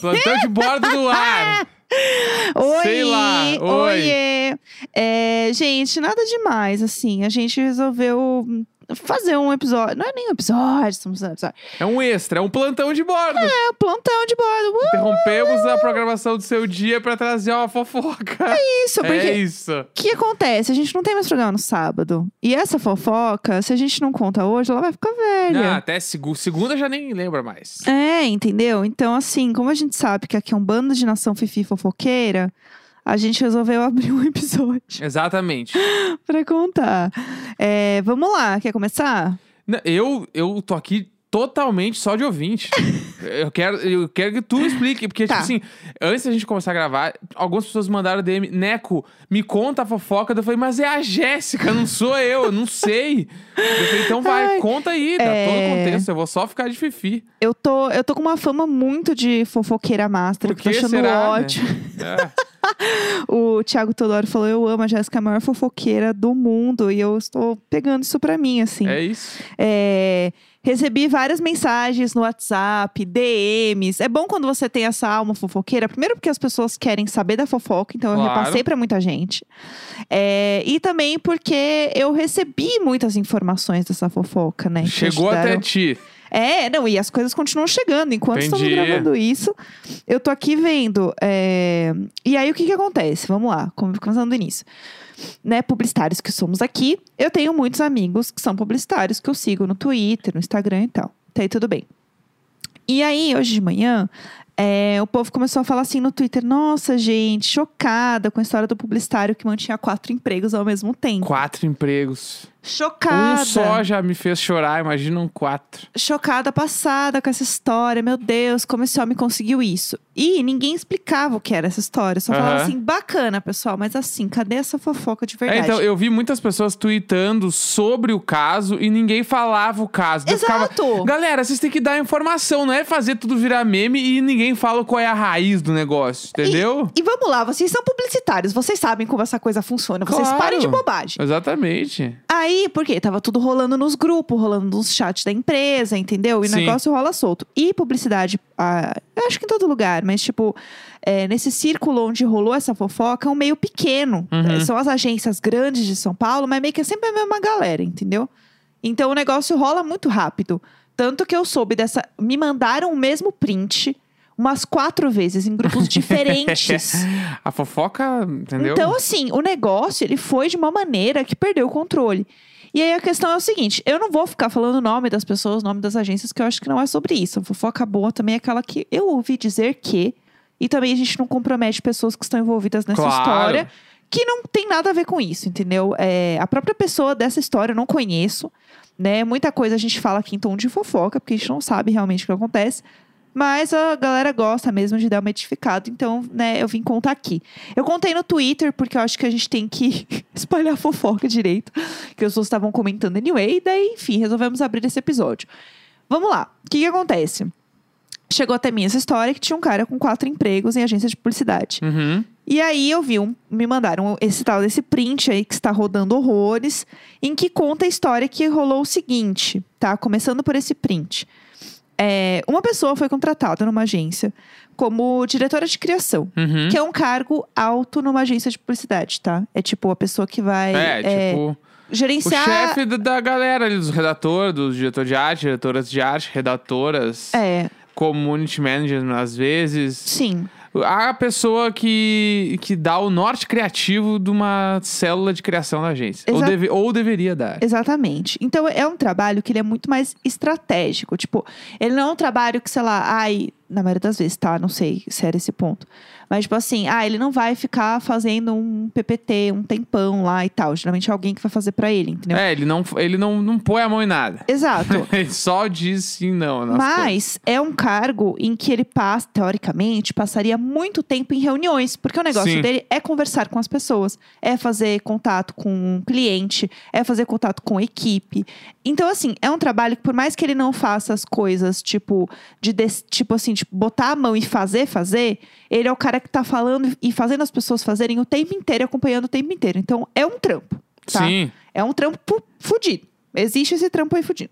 Plantão de bordo do ar. Oi, Sei lá, oi. oiê. É, gente, nada demais, assim. A gente resolveu fazer um episódio. Não é nem um episódio, estamos fazendo um episódio. É um extra, é um plantão de bordo. É um plantão de bordo. Uh, Interrompemos a programação do seu dia pra trazer uma fofoca. isso, porque... É isso. O que acontece? A gente não tem mais programa no sábado. E essa fofoca, se a gente não conta hoje, ela vai ficar Ah, velha. até segu- segunda eu já nem lembra mais. É, entendeu? Então, assim, como a gente sabe que aqui é um bando de nação fifi fofoqueira, a gente resolveu abrir um episódio Exatamente. pra contar. É, vamos lá, quer começar? Não, Eu, eu tô aqui totalmente só de ouvinte. eu, quero, eu quero que tu explique, porque, Tá. tipo assim, antes da gente começar a gravar, algumas pessoas mandaram DM, Neco, me conta a fofoca. Daí Eu falei, mas é a Jéssica, não sou eu, eu não sei. Eu falei, então vai, Ai, conta aí, dá é. todo o contexto, eu vou só ficar de fifi. Eu tô, eu tô com uma fama muito de fofoqueira master, Por que eu tô que achando será, né? ótimo. É. O Thiago Todoro falou: Eu amo a Jéssica, é a maior fofoqueira do mundo. E eu estou pegando isso pra mim, assim. É isso. É, recebi várias mensagens no WhatsApp, DMs. É bom quando você tem essa alma fofoqueira. Primeiro porque as pessoas querem saber da fofoca, então eu Claro. repassei pra muita gente. É, e também porque eu recebi muitas informações dessa fofoca, né? que Chegou até ajudaram- ti. É, não, e as coisas continuam chegando. Enquanto estamos Entendi. gravando isso, eu tô aqui vendo. é, E aí, o que que acontece? Vamos lá, com- começando do início. Né, publicitários que somos aqui, eu tenho muitos amigos que são publicitários que eu sigo no Twitter, no Instagram e tal. Tá aí tudo bem. E aí, hoje de manhã, é, o povo começou a falar assim no Twitter: Nossa, gente, chocada com a história do publicitário que mantinha quatro empregos ao mesmo tempo. Quatro empregos. Chocada. Um só já me fez chorar, imagina um quatro. chocada, passada com essa história. Meu Deus, como esse homem conseguiu isso? E ninguém explicava o que era essa história. Só falava Aham. assim, bacana, pessoal, mas assim, cadê essa fofoca de É, verdade? então, eu vi muitas pessoas tweetando sobre o caso e ninguém falava o caso. Eu ficava, Exato! Galera, vocês têm que dar informação, não é fazer tudo virar meme e ninguém fala qual é a raiz do negócio, entendeu? E vamos lá, vocês são publicitários, vocês sabem como essa coisa funciona, vocês Claro. parem de bobagem. Exatamente. Aí, por quê? Tava tudo rolando nos grupos, rolando nos chats da empresa, entendeu? E o Sim. negócio rola solto. E publicidade, ah, eu acho que em todo lugar, mas tipo, é, nesse círculo onde rolou essa fofoca, é um meio pequeno. Uhum. É, São as agências grandes de São Paulo, mas meio que é sempre a mesma galera, entendeu? Então o negócio rola muito rápido. Tanto que eu soube dessa. Me mandaram o mesmo print umas quatro vezes, em grupos diferentes. A fofoca, entendeu? Então, assim, o negócio, ele foi de uma maneira que perdeu o controle. E aí a questão é o seguinte, eu não vou ficar falando o nome das pessoas, o nome das agências, que eu acho que não é sobre isso. A fofoca boa também é aquela que eu ouvi dizer que... E também a gente não compromete pessoas que estão envolvidas nessa Claro. história, que não tem nada a ver com isso, entendeu? É, a própria pessoa dessa história eu não conheço, né? Muita coisa a gente fala aqui em tom de fofoca, porque a gente não sabe realmente o que acontece. Mas a galera gosta mesmo de dar uma edificada, então, né, eu vim contar aqui. Eu contei no Twitter, porque eu acho que a gente tem que espalhar a fofoca direito, que as pessoas estavam comentando anyway, e daí, enfim, resolvemos abrir esse episódio. Vamos lá, o que, que acontece? Chegou até mim essa história que tinha um cara com quatro empregos em agência de publicidade. Uhum. E aí eu vi, um, me mandaram esse tal desse print aí que está rodando horrores, em que conta a história que rolou o seguinte, tá? Começando por esse print. É, uma pessoa foi contratada numa agência como diretora de criação, Uhum. que é um cargo alto numa agência de publicidade, tá? É tipo a pessoa que vai É, é, tipo, o gerenciar. chefe da, da galera ali, dos redatores, dos diretores de arte, diretoras de arte, redatoras, É, community managers às vezes. sim. A pessoa que, que dá o norte criativo de uma célula de criação da agência. Ou, Exa- deve- ou deveria dar. Exatamente. Então é um trabalho que ele é muito mais estratégico. Tipo, ele não é um trabalho que, sei lá, ai, na maioria das vezes, tá? Não sei se era esse ponto. Mas, tipo assim, ah, ele não vai ficar fazendo um PPT um tempão lá e tal. Geralmente é alguém que vai fazer pra ele, entendeu? É, ele não, ele não, não põe a mão em nada. Exato. Ele só diz sim não. nas coisas. Mas é um cargo em que ele passa, teoricamente, passaria muito tempo em reuniões, porque o negócio Sim. dele é conversar com as pessoas, é fazer contato com o cliente, é fazer contato com a equipe. Então, assim, é um trabalho que, por mais que ele não faça as coisas, tipo, de, des- tipo assim, tipo, botar a mão e fazer, fazer, ele é o cara que tá falando e fazendo as pessoas fazerem o tempo inteiro, acompanhando o tempo inteiro. Então, é um trampo. Tá. Sim. É um trampo fudido. Existe esse trampo aí fudido.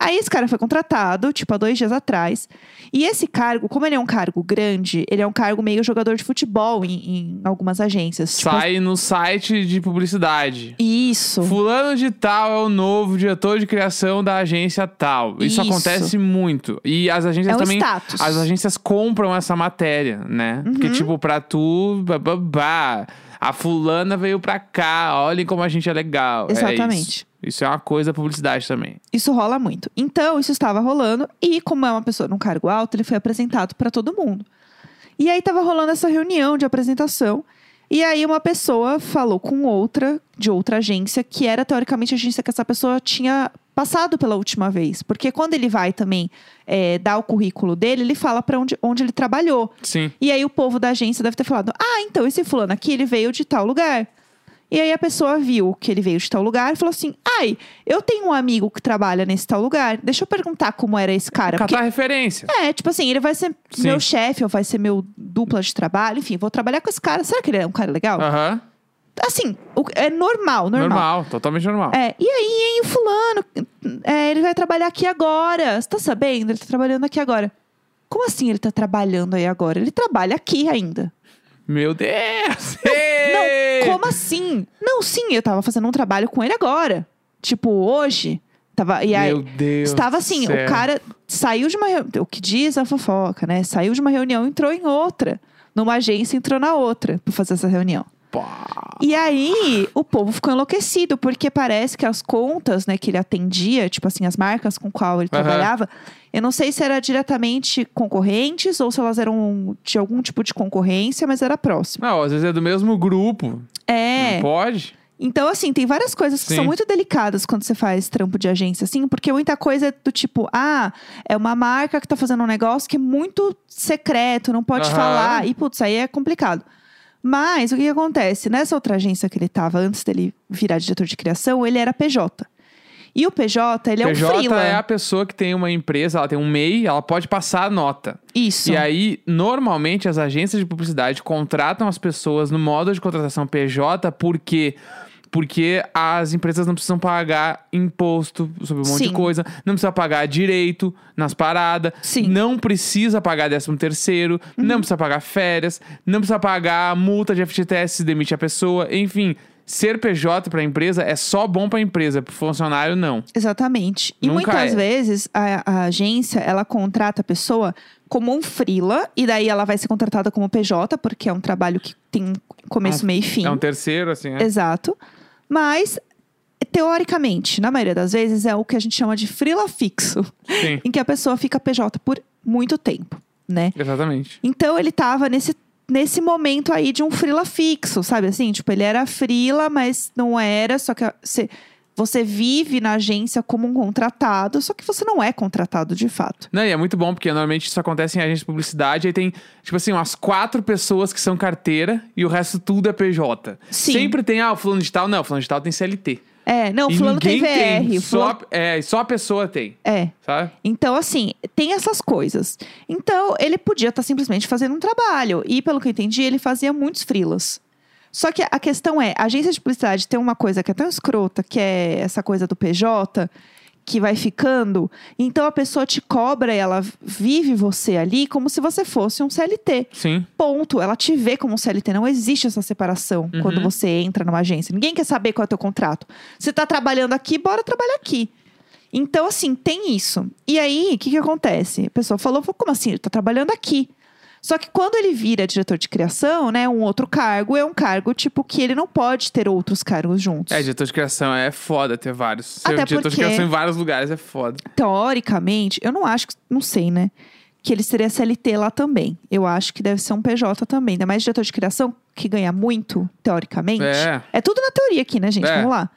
Aí esse cara foi contratado, tipo, há dois dias atrás. E esse cargo, como ele é um cargo grande, ele é um cargo meio jogador de futebol em, em algumas agências. Tipo, Sai no site de publicidade. isso. Fulano de tal é o novo diretor de criação da agência tal. Isso. Isso, acontece muito. E as agências É um também. status. As agências compram essa matéria, né? Porque, Uhum. tipo, pra tu. Bah, bah, bah, a fulana veio pra cá. Olhem como a gente é legal. É Exatamente. isso. Isso é uma coisa da publicidade também. Isso rola muito. Então, isso estava rolando. E como é uma pessoa num cargo alto, ele foi apresentado para todo mundo. E aí estava rolando essa reunião de apresentação. E aí uma pessoa falou com outra, de outra agência, que era teoricamente a agência que essa pessoa tinha passado pela última vez. Porque quando ele vai também eh, dar o currículo dele, ele fala para onde, onde ele trabalhou. Sim. E aí o povo da agência deve ter falado: Ah, então esse fulano aqui, ele veio de tal lugar. E aí a pessoa viu que ele veio de tal lugar e falou assim: Ai, eu tenho um amigo que trabalha nesse tal lugar. Deixa eu perguntar como era esse cara. Catar Porque, referência. é, tipo assim, ele vai ser Sim. meu chefe, ou vai ser meu dupla de trabalho, enfim, vou trabalhar com esse cara. Será que ele é um cara legal? Aham. Assim, o- é normal, Ah. Normal. normal. totalmente normal. É, e aí, hein, o fulano, é, ele vai trabalhar aqui agora. Você tá sabendo? Ele tá trabalhando aqui agora. Como assim ele tá trabalhando aí agora? Ele trabalha aqui ainda. Meu Deus! Ei! Não, como assim? Não, sim, eu tava fazendo um trabalho com ele agora. Tipo, hoje. Tava, e aí, Meu Deus. estava assim, do céu. o cara saiu de uma reunião. O que diz a fofoca, né? Saiu de uma reunião, entrou em outra. Numa agência, entrou na outra pra fazer essa reunião. Pá. E aí, o povo ficou enlouquecido, porque parece que as contas, né, que ele atendia, tipo assim, as marcas com qual ele Aham. trabalhava, eu não sei se era diretamente concorrentes ou se elas eram de algum tipo de concorrência, mas era próximo. Não, às vezes é do mesmo grupo. É. Não pode? Então, assim, tem várias coisas que Sim. são muito delicadas quando você faz trampo de agência, assim, porque muita coisa é do tipo, ah, é uma marca que tá fazendo um negócio que é muito secreto, não pode Aham. falar. E, putz, aí é complicado. Mas o que, que acontece? Nessa outra agência que ele tava antes dele virar diretor de criação, ele era PJ. E o PJ, ele é um PJ freela. é a pessoa que tem uma empresa, ela tem um MEI, ela pode passar a nota. Isso. E aí, normalmente, as agências de publicidade contratam as pessoas no modo de contratação PJ porque. Porque as empresas não precisam pagar imposto sobre um monte de Sim. coisa, não precisa pagar direito nas paradas, Sim. Uhum. não precisa pagar 13 terceiro, não precisa pagar férias, não precisa pagar multa de FGTS se demite a pessoa, enfim, ser PJ para empresa é só bom para empresa, para funcionário não. Exatamente. E Nunca muitas é. vezes a, a agência, ela contrata a pessoa como um freela e daí ela vai ser contratada como PJ, porque é um trabalho que tem um começo, meio e fim. É um terceiro assim, é. Exato. Mas teoricamente, na maioria das vezes é o que a gente chama de freela fixo, Sim, em que a pessoa fica PJ por muito tempo, né? exatamente. Então ele tava nesse, nesse momento aí de um frila fixo, sabe assim? Tipo, ele era frila, mas não era, só que você, você vive na agência como um contratado, só que você não é contratado de fato. Não, e é muito bom, porque normalmente isso acontece em agência de publicidade. Aí tem, tipo assim, umas quatro pessoas que são carteira e o resto tudo é PJ. Sim. Sempre tem, ah, o fulano de tal. Não, o fulano de tal tem CLT. É, não, e fulano tem ninguém VR, só, fulano... a- É, só a pessoa tem, É. sabe? Então, assim, tem essas coisas. Então, ele podia estar simplesmente fazendo um trabalho. E, pelo que eu entendi, ele fazia muitos frilas. Só que a questão é, a agência de publicidade tem uma coisa que é tão escrota, que é essa coisa do PJ, que vai ficando. Então, a pessoa te cobra e ela vive você ali como se você fosse um CLT. Sim. Ponto. Ela te vê como um CLT. Não existe essa separação Uhum. quando você entra numa agência. Ninguém quer saber qual é o teu contrato. Você tá trabalhando aqui, bora trabalhar aqui. Então, assim, tem isso. E aí, o que, que acontece? A pessoa falou, "Pô, como assim? Ele tá trabalhando aqui. Só que quando ele vira diretor de criação, né? Um outro cargo é um cargo, tipo, que ele não pode ter outros cargos juntos. É, diretor de criação é foda ter vários. Ser Até diretor de porque- criação em vários lugares é foda. Teoricamente, eu não acho que. Não sei, né? Que ele seria CLT lá também. Eu acho que deve ser um PJ também. Ainda mais diretor de criação, que ganha muito, teoricamente. É. tudo na teoria aqui, né, gente? É. Vamos lá.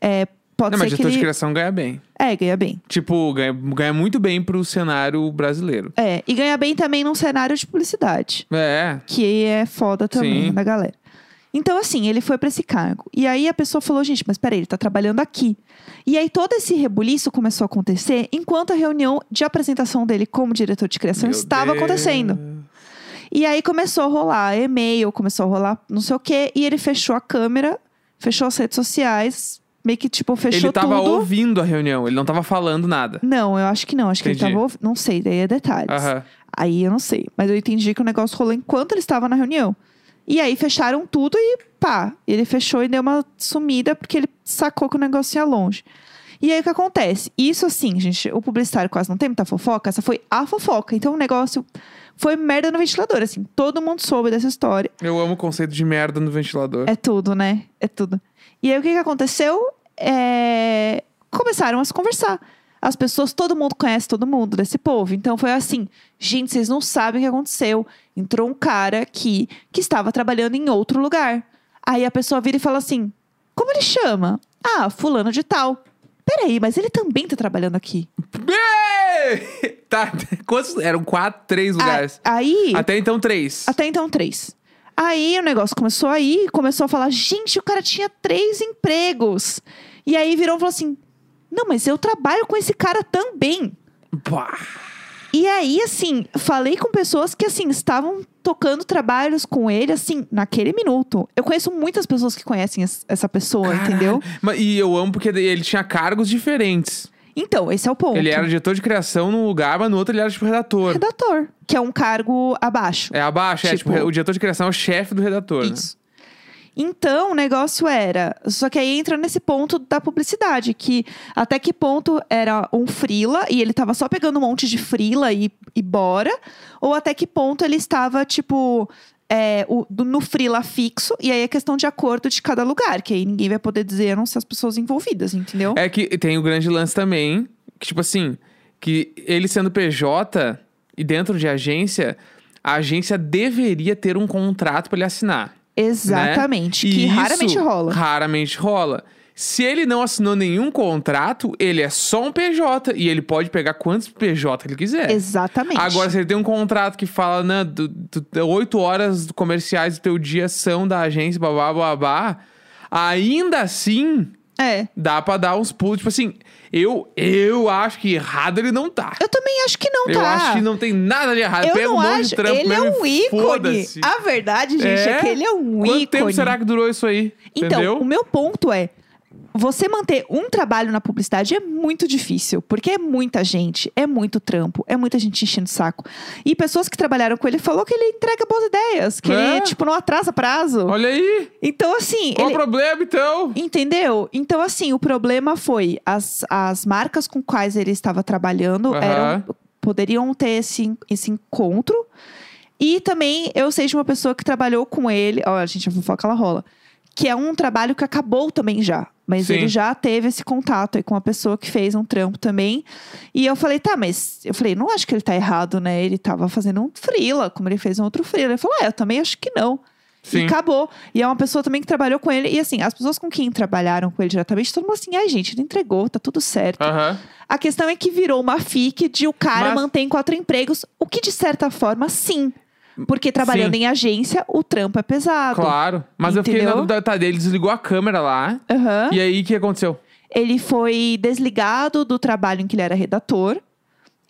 É, pode Não, mas ser que diretor ele. de criação ganha bem. É, ganha bem. Tipo, ganha, ganha muito bem pro cenário brasileiro. É, e ganha bem também num cenário de publicidade. É. Que é foda também Sim. da galera. Então, assim, ele foi pra esse cargo. E aí a pessoa falou, gente, mas peraí, ele tá trabalhando aqui. E aí todo esse rebuliço começou a acontecer enquanto a reunião de apresentação dele como diretor de criação Meu estava Deus. acontecendo. E aí começou a rolar e-mail, começou a rolar não sei o quê, e ele fechou a câmera, fechou as redes sociais, meio que, tipo, fechou ele tava tudo. ouvindo a reunião, ele não tava falando nada. Não, eu acho que não. Acho que ele Entendi. tava ouvindo. Não sei, daí é detalhes. Aham. Aí eu não sei. Mas eu entendi que o negócio rolou enquanto ele estava na reunião. E aí fecharam tudo e pá. Ele fechou e deu uma sumida porque ele sacou que o negócio ia longe. E aí o que acontece? Isso assim, gente, o publicitário quase não tem muita fofoca, essa foi a fofoca. Então o negócio foi merda no ventilador, assim. Todo mundo soube dessa história. Eu amo o conceito de merda no ventilador. É tudo, né? É tudo. E aí o que, que aconteceu? É, Começaram a se conversar. As pessoas, todo mundo conhece todo mundo desse povo. Então foi assim: gente, vocês não sabem o que aconteceu. Entrou um cara aqui que estava trabalhando em outro lugar. Aí a pessoa vira e fala assim: como ele chama? Ah, fulano de tal. Peraí, mas ele também tá trabalhando aqui. Ei! Tá, quantos? Eram quatro, três lugares. A- Ah, Aí. Até então, três. Até então, três. Aí o negócio começou aí, começou a falar: gente, o cara tinha três empregos. E aí virou e falou assim: não, mas eu trabalho com esse cara também. Pá. E aí, assim, falei com pessoas que, assim, estavam tocando trabalhos com ele, assim, naquele minuto. Eu conheço muitas pessoas que conhecem es- essa pessoa, entendeu? Mas- E eu amo porque ele tinha cargos diferentes. Então, esse é o ponto. Ele era diretor de criação num lugar, mas no outro ele era tipo redator. redator, que é um cargo abaixo. É abaixo, é Tipo- tipo, o diretor de criação é o chefe do redator. né? Isso. Então, o negócio era. Só que aí entra nesse ponto da publicidade, que até que ponto era um frila e ele tava só pegando um monte de frila e, e bora, ou até que ponto ele estava, tipo, é, o- do- no frila fixo, e aí é questão de acordo de cada lugar, que aí ninguém vai poder dizer, a não ser as pessoas envolvidas, entendeu? É que tem o grande lance também, que tipo assim, que ele sendo PJ e dentro de agência, a agência deveria ter um contrato pra ele assinar. né? Exatamente. E Que isso raramente rola. Raramente rola. Se ele não assinou nenhum contrato, ele é só um PJ e ele pode pegar quantos PJ ele quiser. Exatamente. é. Agora, se ele tem um contrato que fala, né, do, do- do- oito horas comerciais do teu dia são da agência, babá, babá, ainda assim, É. dá pra dar uns pulos. Tipo assim, eu, eu acho que errado ele não tá. Eu também acho que não Eu tá. acho que não tem nada de errado. Eu Pega não um monte acho. de trampo ele é mesmo um e ícone. foda-se. A verdade, gente, é, É? que ele é um Quanto ícone. tempo será que durou isso aí? Então, Entendeu? o meu ponto é. Você manter um trabalho na publicidade é muito difícil, porque é muita gente, é muito trampo, é muita gente enchendo o saco. E pessoas que trabalharam com ele falou que ele entrega boas ideias, que ele, É? tipo, não atrasa prazo. Olha aí. Então, assim, Qual ele- o problema, então? Entendeu? Então, assim, o problema foi as, as marcas com quais ele estava trabalhando Aham. eram, poderiam ter esse, esse encontro. E também eu sei de uma pessoa que trabalhou com ele. Ó, gente, a fofoca ela rola. Que é um trabalho que acabou também já. Mas Sim. ele já teve esse contato aí com uma pessoa que fez um trampo também. E eu falei, tá, mas eu falei, não acho que ele tá errado, né? Ele tava fazendo um frila, como ele fez um outro frila. Ele falou, ah, eu também acho que não. E Sim. acabou. E é uma pessoa também que trabalhou com ele. E assim, as pessoas com quem trabalharam com ele diretamente, todo mundo assim, ai gente, ele entregou, tá tudo certo. Aham. A questão é que virou uma FIC de o cara Ah. Mas- mantém quatro empregos, o que de certa forma, sim. Porque trabalhando em agência, o trampo é pesado. Claro. Mas eu fiquei na Entendeu? dúvida. Tá, ele desligou a câmera lá. Aham. E aí, o que aconteceu? Ele foi desligado do trabalho em que ele era redator.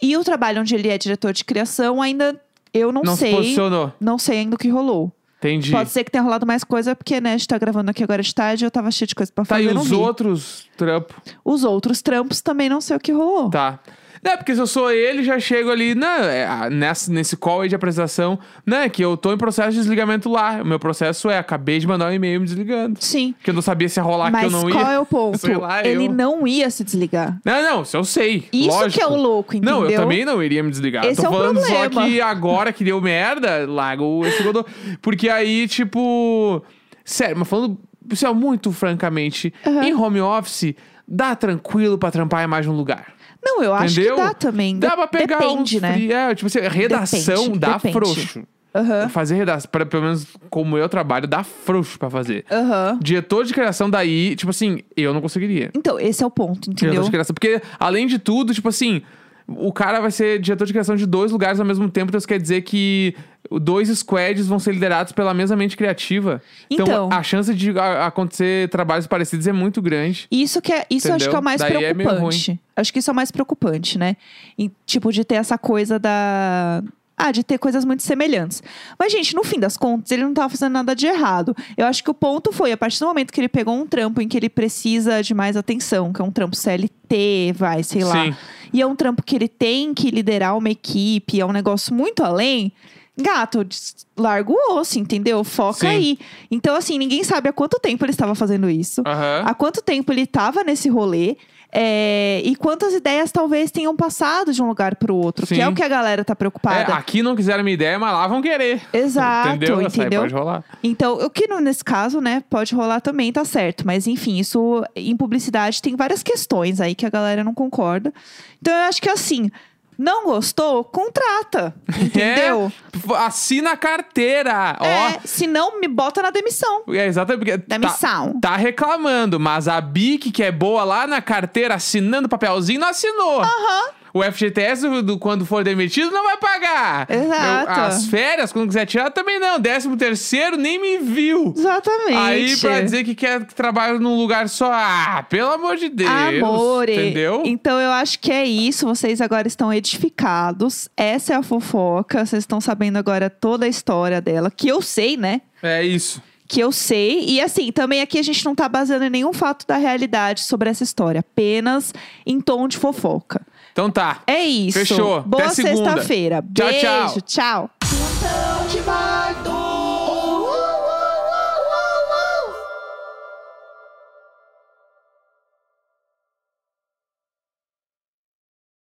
E o trabalho onde ele é diretor de criação ainda, eu não, Não se sei. posicionou. Não sei ainda o que rolou. Entendi. Pode ser que tenha rolado mais coisa, porque, né, a gente tá gravando aqui agora de tarde, eu tava cheia de coisa pra Tá, fazer. e eu não os vi. outros trampos? Os outros trampos também não sei o que rolou. Tá. Não, porque se eu sou ele, já chego ali na, é, a- nessa, nesse call aí de apresentação, né? Que eu tô em processo de desligamento lá. O meu processo é, acabei de mandar um e-mail me desligando. Sim. Porque eu não sabia se ia rolar que eu Mas não qual ia. é o ponto? Sei lá, Ele eu. não ia se desligar. Não, não, isso eu sei. Isso lógico. que é o louco, entendeu? Não, eu também não iria me desligar. Esse Tô é o falando só problema. que agora que deu merda, lago esse godô. Porque aí, tipo. Sério, mas falando. Isso é muito francamente. Aham. Em home office, dá tranquilo pra trampar em mais de um lugar. Não, eu acho Entendeu? que dá também. Dá De- pra pegar Depende, uns né? free- É, tipo assim, redação Depende, dá depende. frouxo. Aham. Fazer redação, pra- pelo menos como eu trabalho, dá frouxo pra fazer. Aham. Diretor de criação daí, tipo assim, eu não conseguiria. Então, esse é o ponto, entendeu? Diretor de criação. Porque, além de tudo, tipo assim, o cara vai ser diretor de criação de dois lugares ao mesmo tempo, então isso quer dizer que dois squads vão ser liderados pela mesma mente criativa. Então. a chance de a- acontecer trabalhos parecidos é muito grande. Isso que é, isso eu acho que é Entendeu? o mais Daí é meio preocupante. acho que isso é o mais preocupante, né? E, tipo, de ter essa coisa da. Ah, de ter coisas muito semelhantes. Mas, gente, no fim das contas, ele não estava fazendo nada de errado. Eu acho que o ponto foi, a partir do momento que ele pegou um trampo em que ele precisa de mais atenção, que é um trampo CLT, vai, sei lá. Sim. E é um trampo que ele tem que liderar uma equipe, é um negócio muito além. Gato, des- larga o osso, entendeu? Foca Sim. aí. Então, assim, ninguém sabe há quanto tempo ele estava fazendo isso. Aham. Há quanto tempo ele estava nesse rolê? é, e quantas ideias talvez tenham passado de um lugar para o outro? Sim. Que é o que a galera tá É, preocupada. aqui não quiseram minha ideia, mas lá vão querer. Exato, entendeu? Essa aí entendeu? pode rolar. Então, o que no- nesse caso, né, pode rolar também, tá certo. Mas, enfim, isso em publicidade tem várias questões aí que a galera não concorda. Então, eu acho que assim, não gostou, contrata. Entendeu? É, assina a carteira. É, se não, me bota na demissão. Ó, é exatamente porque Da tá, missão. tá reclamando, mas a BIC, que é boa lá na carteira, assinando papelzinho, não assinou. Aham. O FGTS, do, do- quando for demitido, não vai pagar. Exato. Eu- as férias, quando quiser tirar, também não. Décimo terceiro, nem me viu. Exatamente. Aí, pra dizer que quer que trabalha num lugar só. Ah, pelo amor de Deus. Amore. Entendeu? Então eu acho que é isso. Vocês agora estão edificados. Essa é a fofoca. Vocês estão sabendo agora toda a história dela, que eu sei, né? É isso. Que eu sei. E assim, também aqui a gente não tá baseando em nenhum fato da realidade sobre essa história, apenas em tom de fofoca. Então tá. É isso. Fechou. Boa Até segunda. sexta-feira. Tchau, Beijo, tchau. tchau.